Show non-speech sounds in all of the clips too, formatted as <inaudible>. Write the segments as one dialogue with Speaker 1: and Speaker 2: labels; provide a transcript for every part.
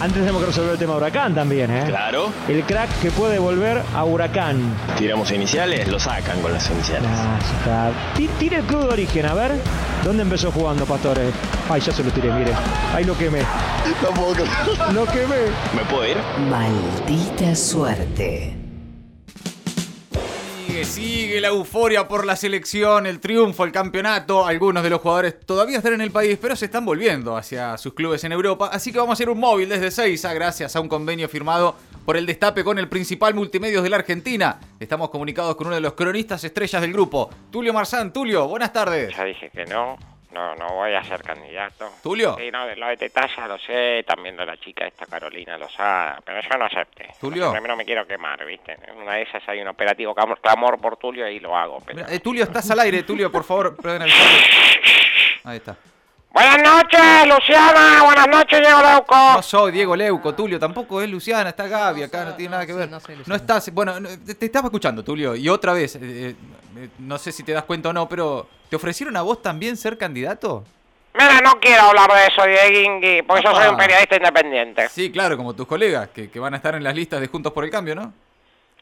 Speaker 1: Antes tenemos que resolver el tema de Huracán también, ¿eh?
Speaker 2: Claro.
Speaker 1: El crack que puede volver a Huracán.
Speaker 2: Tiramos iniciales, lo sacan con las iniciales.
Speaker 1: Ah, ya está. Ti- Tire el club de origen, a ver. ¿Dónde empezó jugando Pastores? Ay, ya se lo tiré, mire. Ay, lo quemé. Lo quemé.
Speaker 2: ¿Me puedo ir?
Speaker 3: Maldita suerte.
Speaker 4: Sigue, sigue la euforia por la selección, el triunfo, el campeonato. Algunos de los jugadores todavía están en el país, pero se están volviendo hacia sus clubes en Europa. Así que vamos a hacer un móvil desde Seiza, gracias a un convenio firmado por el Destape con el principal multimedios de la Argentina. Estamos comunicados con uno de los cronistas estrellas del grupo, Tulio Marzán. Tulio, buenas tardes.
Speaker 5: Ya dije que no, no, no voy a ser candidato.
Speaker 4: Tulio.
Speaker 5: Sí, no, de lo de Tetalla lo sé, también de la chica esta Carolina Lozada, pero yo no acepté.
Speaker 4: Tulio.
Speaker 5: No, no me quiero quemar, ¿viste? En una de esas hay un operativo clamor, clamor por Tulio y lo hago. Pero...
Speaker 4: Mira, eh, Tulio, estás al aire, Tulio, por favor, pueden avisarle. Ahí está.
Speaker 5: Buenas noches, Luciana, buenas noches, Diego Leuco.
Speaker 4: No soy Diego Leuco, Tulio, tampoco es Luciana, está Gaby acá, Ah. no, tiene nada que ver. No, estás, bueno, no, te, te estaba escuchando, Tulio, y otra vez, eh, eh, eh, no sé si te das cuenta o no, pero ¿te ofrecieron a vos también ser candidato?
Speaker 5: Mira, no quiero hablar de eso, Dieguingui, porque yo
Speaker 4: Papá.
Speaker 5: soy un periodista independiente.
Speaker 4: Sí, claro, como tus colegas, que, que van a estar en las listas de Juntos por el Cambio, ¿no?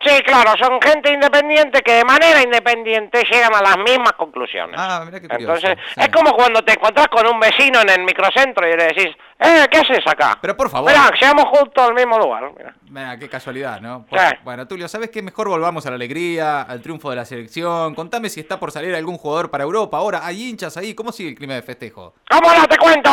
Speaker 5: Sí, claro, son gente independiente que de manera independiente llegan a las mismas conclusiones.
Speaker 4: Ah, mirá qué curioso.
Speaker 5: Entonces,
Speaker 4: Sí.
Speaker 5: es como cuando te encontrás con un vecino en el microcentro y le decís, eh, ¿qué haces acá?
Speaker 4: Pero por favor.
Speaker 5: Mirá, llegamos juntos al mismo lugar. mirá.
Speaker 4: Mira, qué casualidad, ¿no?
Speaker 5: Sí.
Speaker 4: Por- Bueno, Tulio, ¿sabes qué? Mejor volvamos a la alegría, al triunfo de la selección. Contame si está por salir algún jugador para Europa. Ahora, hay hinchas ahí. ¿Cómo sigue el clima de festejo?
Speaker 5: ¿Cómo no te cuento?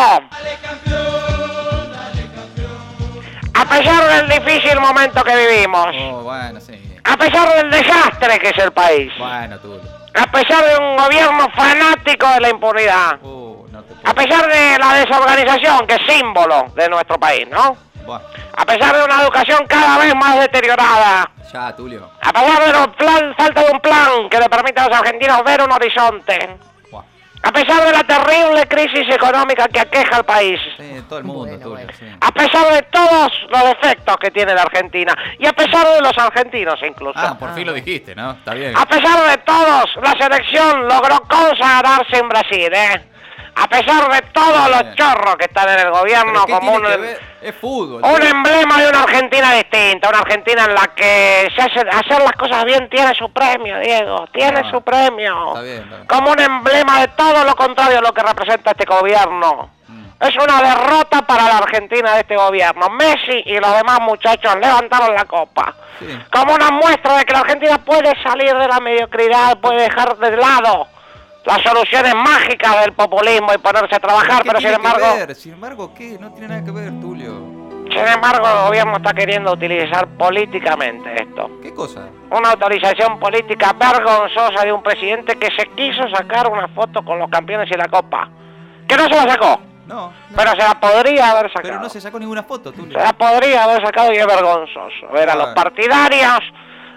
Speaker 5: A pesar del difícil momento que vivimos,
Speaker 4: Oh, bueno, sí.
Speaker 5: a pesar del desastre que es el país,
Speaker 4: Bueno, Tulio.
Speaker 5: a pesar de un gobierno fanático de la impunidad,
Speaker 4: Oh, no te puedo-
Speaker 5: a pesar de la desorganización que es símbolo de nuestro país, ¿no?
Speaker 4: Bueno,
Speaker 5: A pesar de una educación cada vez más deteriorada,
Speaker 4: ya, Tulio.
Speaker 5: a pesar de la plan- falta de un plan que le permita a los argentinos ver un horizonte,
Speaker 4: Buah.
Speaker 5: a pesar de la terrible crisis económica que aqueja al país,
Speaker 4: Sí, todo el mundo, Tulio, sí.
Speaker 5: a pesar de todos los defectos que tiene la Argentina y a pesar de los argentinos incluso.
Speaker 4: Ah, por fin lo dijiste, ¿no? Está bien.
Speaker 5: A pesar de todos, la selección logró consagrarse en Brasil, ¿eh? A pesar de todos los chorros que están en el gobierno,
Speaker 4: Pero ¿qué
Speaker 5: como
Speaker 4: tiene
Speaker 5: un,
Speaker 4: que ver? Es fútbol.
Speaker 5: un
Speaker 4: Tulio.
Speaker 5: emblema de una Argentina distinta, una Argentina en la que se hace- hacer las cosas bien tiene su premio, Diego, tiene
Speaker 4: Ah,
Speaker 5: su premio.
Speaker 4: está bien, está bien.
Speaker 5: Como un emblema de todo lo contrario a lo que representa este gobierno.
Speaker 4: Mm.
Speaker 5: Es una derrota para la Argentina de este gobierno. Messi y los demás muchachos levantaron la copa.
Speaker 4: Sí.
Speaker 5: Como una muestra de que la Argentina puede salir de la mediocridad, puede dejar de lado las soluciones mágicas del populismo y ponerse a trabajar,
Speaker 4: ¿Qué
Speaker 5: pero sin
Speaker 4: tiene que
Speaker 5: embargo...
Speaker 4: ver? Sin embargo, ¿qué? No tiene nada que ver, Tulio.
Speaker 5: Sin embargo, el gobierno está queriendo utilizar políticamente esto.
Speaker 4: ¿Qué cosa?
Speaker 5: Una autorización política vergonzosa de un presidente que se quiso sacar una foto con los campeones y la copa. Que no se la sacó,
Speaker 4: No.
Speaker 5: pero Ah, pues. se la podría haber sacado.
Speaker 4: Pero no se sacó ninguna foto, Tulio.
Speaker 5: Se la podría haber sacado y es vergonzoso. Ver a los
Speaker 4: Claro.
Speaker 5: partidarios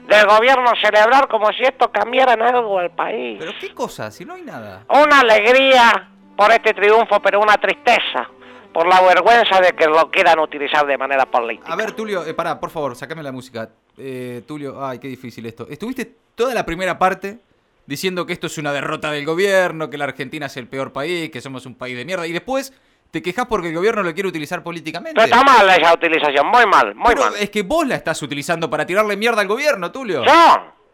Speaker 5: del gobierno celebrar como si esto cambiara en algo al país.
Speaker 4: Pero ¿qué cosa? Si no hay nada.
Speaker 5: Una alegría por este triunfo, pero una tristeza por la vergüenza de que lo quieran utilizar de manera política.
Speaker 4: A ver, Tulio, eh, pará, por favor, sacame la música. Eh, Tulio, ay, qué difícil esto. Estuviste toda la primera parte diciendo que esto es una derrota del gobierno, que la Argentina es el peor país, que somos un país de mierda, y después te quejas porque el gobierno lo quiere utilizar políticamente.
Speaker 5: Pero está mal esa utilización, muy mal, muy
Speaker 4: Pero
Speaker 5: mal.
Speaker 4: es que vos la estás utilizando para tirarle mierda al gobierno, Tulio.
Speaker 5: Yo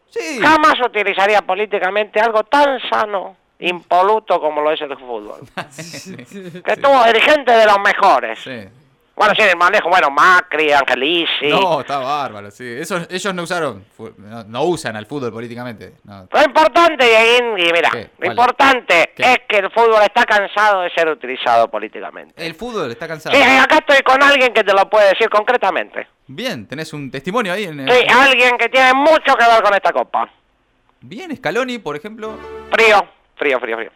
Speaker 4: Sí. <laughs>
Speaker 5: jamás utilizaría políticamente algo tan sano, impoluto como lo es el fútbol. Que tuvo dirigentes de los mejores.
Speaker 4: Sí.
Speaker 5: Bueno, sí, el manejo, bueno, Macri, Angelici.
Speaker 4: No, está bárbaro, sí. Esos, ellos no usaron, fu- no, no usan al fútbol políticamente. no.
Speaker 5: Lo importante, Dieguín, y mira,
Speaker 4: ¿Qué?
Speaker 5: lo
Speaker 4: ¿Cuál?
Speaker 5: importante
Speaker 4: ¿Qué?
Speaker 5: es que el fútbol está cansado de ser utilizado políticamente.
Speaker 4: El fútbol está cansado.
Speaker 5: Sí, acá estoy con alguien que te lo puede decir concretamente.
Speaker 4: Bien, tenés un testimonio ahí. En el-
Speaker 5: Sí, alguien que tiene mucho que ver con esta copa.
Speaker 4: Bien, Scaloni, por ejemplo.
Speaker 5: Frío, frío, frío, frío.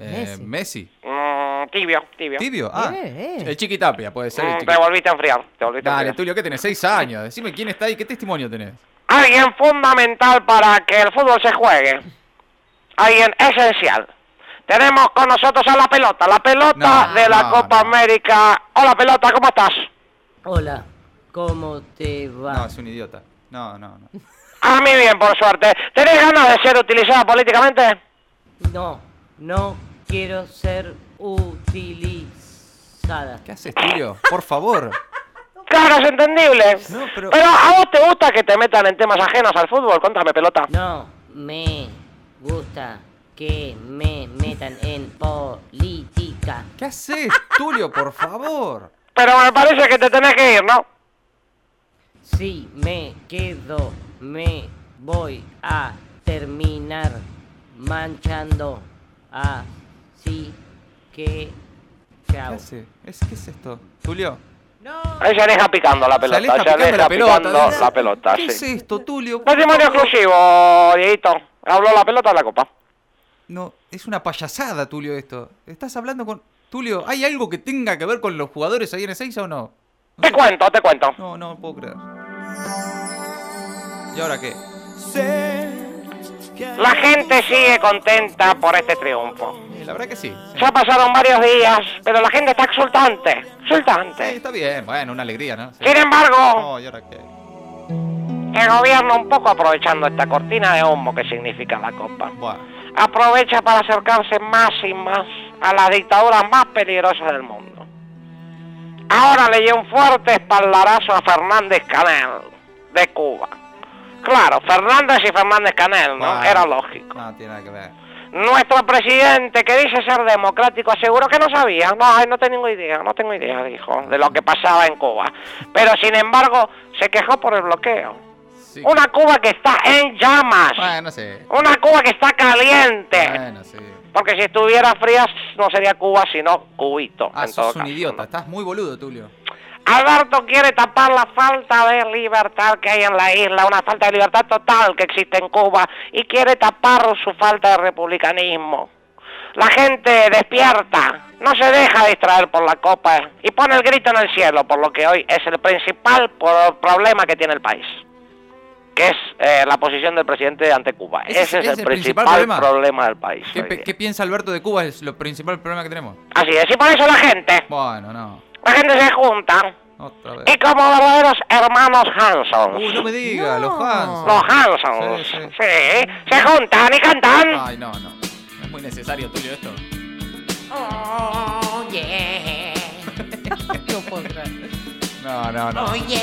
Speaker 4: Eh,
Speaker 6: Messi.
Speaker 4: Messi.
Speaker 5: Mm, tibio, tibio.
Speaker 4: Tibio. Ah,
Speaker 6: Eh, eh.
Speaker 4: el Chiquitapia, puede ser. el
Speaker 5: Mm,
Speaker 4: Chiqui-
Speaker 5: te volviste a enfriar, te volviste a
Speaker 4: Dale,
Speaker 5: enfriar.
Speaker 4: Tulio, ¿qué tenés? Seis años. Decime quién está ahí, qué testimonio tenés.
Speaker 5: Alguien fundamental para que el fútbol se juegue. Alguien esencial. Tenemos con nosotros a la pelota, la pelota
Speaker 4: No,
Speaker 5: de la
Speaker 4: no,
Speaker 5: Copa
Speaker 4: no.
Speaker 5: América. Hola pelota, ¿cómo estás?
Speaker 6: Hola, ¿cómo te va?
Speaker 4: No, es un idiota. No, no, no.
Speaker 5: A mí bien, por suerte. ¿Tenés ganas de ser utilizada políticamente?
Speaker 6: No, no quiero ser utilizada.
Speaker 4: ¿Qué haces, Tulio? Por favor.
Speaker 5: claro, es entendible.
Speaker 4: No, pero-
Speaker 5: pero... a vos te gusta que te metan en temas ajenos al fútbol, contame pelota.
Speaker 6: No me gusta que me metan en política.
Speaker 4: ¿Qué haces, Tulio, por favor?
Speaker 5: Pero me parece que te tenés que ir, ¿no?
Speaker 6: Si me quedo, me voy a terminar manchando. Así que.
Speaker 4: ¿Qué
Speaker 6: Chao.
Speaker 4: haces? ¿Es, ¿Qué es esto? Tulio.
Speaker 6: No.
Speaker 5: Ahí se deja picando la pelota,
Speaker 4: salí está
Speaker 5: se
Speaker 4: picando
Speaker 5: deja picando
Speaker 4: ¿Qué-
Speaker 5: la pelota,
Speaker 4: ¿Qué es
Speaker 5: sí.
Speaker 4: esto, Tulio? por
Speaker 5: Matrimonio
Speaker 4: favor?
Speaker 5: exclusivo, Dieguito. Habló la pelota en la copa.
Speaker 4: No, es una payasada, Tulio, esto. Estás hablando con... Tulio, ¿hay algo que tenga que ver con los jugadores ahí en Ezeiza o no?
Speaker 5: Te cuento, te cuento.
Speaker 4: No, no puedo creer. ¿Y ahora qué?
Speaker 5: La gente sigue contenta por este triunfo.
Speaker 4: Eh, la verdad que sí. sí.
Speaker 5: Ya pasaron varios días, pero la gente está exultante,
Speaker 4: Sí,
Speaker 5: exultante.
Speaker 4: está bien, bueno, una alegría, ¿no? Sí.
Speaker 5: Sin embargo,
Speaker 4: No, ¿y ahora qué?
Speaker 5: el gobierno un poco aprovechando esta cortina de humo que significa la copa,
Speaker 4: Buah.
Speaker 5: aprovecha para acercarse más y más a las dictaduras más peligrosas del mundo. Ahora le dio un fuerte espaldarazo a Fernández Canel, de Cuba. Claro, Fernández y Fernández Canel, ¿no?
Speaker 4: Buah.
Speaker 5: Era lógico.
Speaker 4: No, tiene nada que ver.
Speaker 5: Nuestro presidente, que dice ser democrático, aseguró que no sabía. No, ay, no tengo idea, no tengo idea, dijo, de lo que pasaba en Cuba. Pero sin embargo, se quejó por el bloqueo.
Speaker 4: Sí.
Speaker 5: Una Cuba que está en llamas.
Speaker 4: Bueno, sí.
Speaker 5: Una Cuba que está caliente.
Speaker 4: Bueno, sí.
Speaker 5: Porque si estuviera fría, no sería Cuba, sino Cubito.
Speaker 4: Ah,
Speaker 5: en todo
Speaker 4: sos un
Speaker 5: caso,
Speaker 4: idiota.
Speaker 5: ¿no?
Speaker 4: Estás muy boludo, Tulio.
Speaker 5: Alberto quiere tapar la falta de libertad que hay en la isla, una falta de libertad total que existe en Cuba, y quiere tapar su falta de republicanismo. La gente despierta, no se deja distraer por la copa y pone el grito en el cielo, por lo que hoy es el principal pro- problema que tiene el país, que es eh, la posición del presidente ante Cuba. Ese, es, el, principal, problema. del país.
Speaker 4: ¿Qué,
Speaker 5: hoy
Speaker 4: pe-
Speaker 5: día.
Speaker 4: qué piensa Alberto de Cuba? Es lo principal problema que tenemos.
Speaker 5: Así es, y por eso la gente,
Speaker 4: Bueno, no.
Speaker 5: la gente se junta.
Speaker 4: Otra vez.
Speaker 5: Y como verdaderos hermanos Hanson.
Speaker 4: Uy, no me digas, los fans.
Speaker 5: Los Hansons.
Speaker 4: Sí,
Speaker 5: Sí,
Speaker 4: sí.
Speaker 5: se juntan y cantan.
Speaker 4: Ay, no, no. Es muy necesario, Tulio, esto.
Speaker 3: Oh, yeah. <laughs> No puedo creer.
Speaker 4: No, no, no.
Speaker 3: Oh, yeah.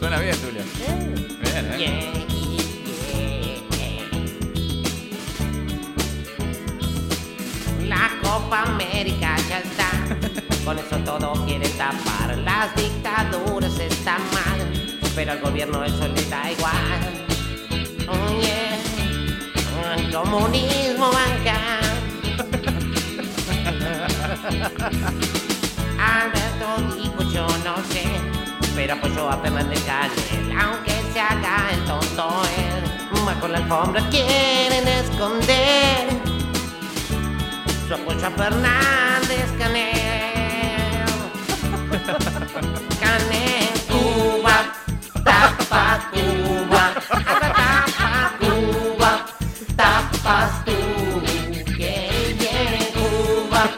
Speaker 4: Suena bien, Tulio. Bien, ¿eh?
Speaker 3: Yeah, yeah. La Copa América ya está. Con eso todo quieren tapar. Las dictaduras están mal. Pero al gobierno eso le da igual. Oh, yeah. El comunismo bancario. Alberto dijo pues yo no sé, pero pues apoyó a Fernández Canel, aunque se haga el tonto él. Más con la alfombra quieren esconder su apoyo a Fernández <laughs> Canel. Canel, Cuba, tapa Cuba, hasta tapa Cuba, tapas tú. Que viene Cuba,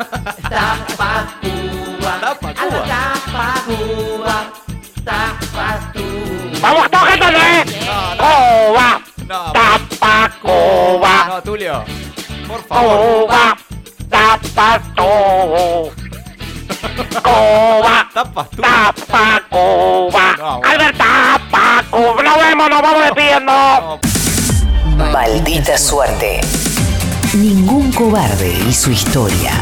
Speaker 3: tapas Cuba,
Speaker 4: Tapa
Speaker 3: hasta
Speaker 4: Cuba.
Speaker 3: tapa Cuba, tapas tú.
Speaker 5: Vamos todos cantando, ¿eh? Cuba,
Speaker 4: No,
Speaker 5: tapa Cuba,
Speaker 4: No, Tulio. Por favor.
Speaker 5: Cuba, tapa tú. Cuba,
Speaker 4: Tapas tú.
Speaker 5: tapa Cuba.
Speaker 4: No, bueno.
Speaker 5: Albert, tapa Cuba. Nos vemos, nos vamos despidiendo.
Speaker 4: No,
Speaker 3: Maldita suerte. Ningún cobarde y su historia.